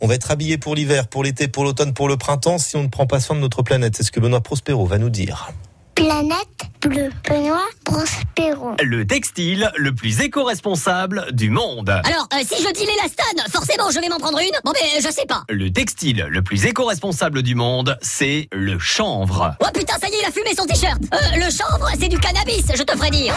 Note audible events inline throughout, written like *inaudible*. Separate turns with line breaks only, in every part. On va être habillé pour l'hiver, pour l'été, pour l'automne, pour le printemps si on ne prend pas soin de notre planète. C'est ce que Benoît Prospero va nous dire.
Planète bleue, Benoît Prospero.
Le textile le plus éco-responsable du monde.
Alors, euh, si je dis l'élastane, forcément je vais m'en prendre une Bon mais euh, je sais pas.
Le textile le plus éco-responsable du monde, c'est le chanvre.
Oh putain, ça y est, il a fumé son t-shirt Euh, Le chanvre, c'est du cannabis, je te ferai dire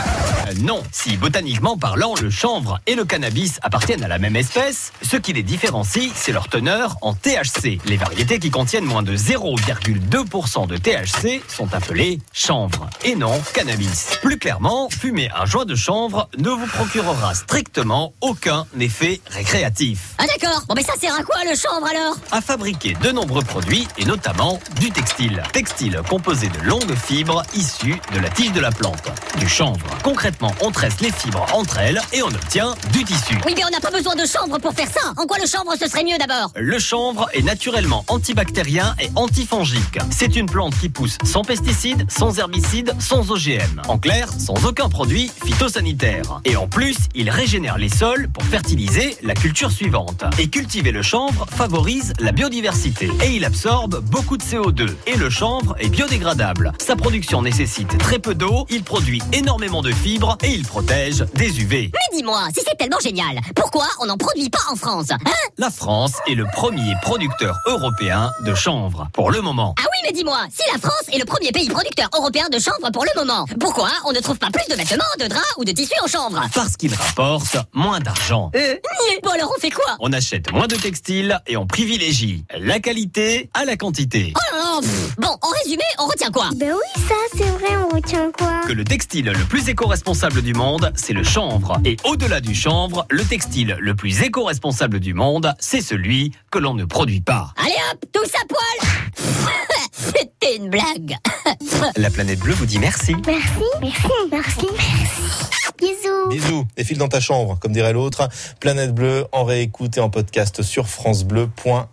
Euh, Non, si botaniquement parlant, le chanvre et le cannabis appartiennent à la même espèce, ce qui les différencie, c'est leur teneur en THC. Les variétés qui contiennent moins de 0,2% de THC sont appelées chanvre et non cannabis. Plus clairement, fumer un joint de chanvre ne vous procurera strictement aucun effet récréatif.
Ah d'accord, bon mais ça sert à quoi le chanvre alors
À fabriquer de nombreux produits et notamment du textile. Textile composé de longues fibres issues de la tige de la plante, du chanvre. Concrètement, on tresse les fibres entre elles et on obtient du tissu.
Oui mais on n'a pas besoin de chanvre pour faire ça En quoi le chanvre ce serait mieux d'abord
Le chanvre est naturellement antibactérien et antifongique. C'est une plante qui pousse sans pesticides, sans herbicides, sans OGM. En clair, sans aucun produit phytosanitaire. Et en plus, il régénère les sols pour fertiliser la culture suivante. Et cultiver le chanvre favorise la biodiversité. Et il absorbe beaucoup de CO2. Et le chanvre est biodégradable. Sa production nécessite très peu d'eau, il produit énormément de fibres et il protège des UV.
Mais dis-moi, si c'est tellement génial, pourquoi on n'en produit pas en France Hein
La France est le premier producteur européen de chanvre. Pour le moment.
Ah oui mais dis-moi, si la France est le premier pays producteur européen de chanvre pour le moment, pourquoi on ne trouve pas plus de vêtements, de draps ou de tissus en chanvre
parce qu'il rapporte moins d'argent.
Euh, niais. bon alors on fait quoi
On achète moins de textiles et on privilégie la qualité à la quantité.
Oh là là, pff. Bon, en résumé, on retient quoi
Ben oui, ça c'est vrai, on retient quoi
Que le textile le plus éco-responsable du monde, c'est le chanvre. Et au-delà du chanvre, le textile le plus éco-responsable du monde, c'est celui que l'on ne produit pas.
Allez hop, tous à poil *laughs* C'était une blague
La planète bleue vous dit merci.
Merci, merci, merci, merci. Bisous.
Bisous et file dans ta chambre, comme dirait l'autre. Planète Bleue en réécoute et en podcast sur francebleu.fr.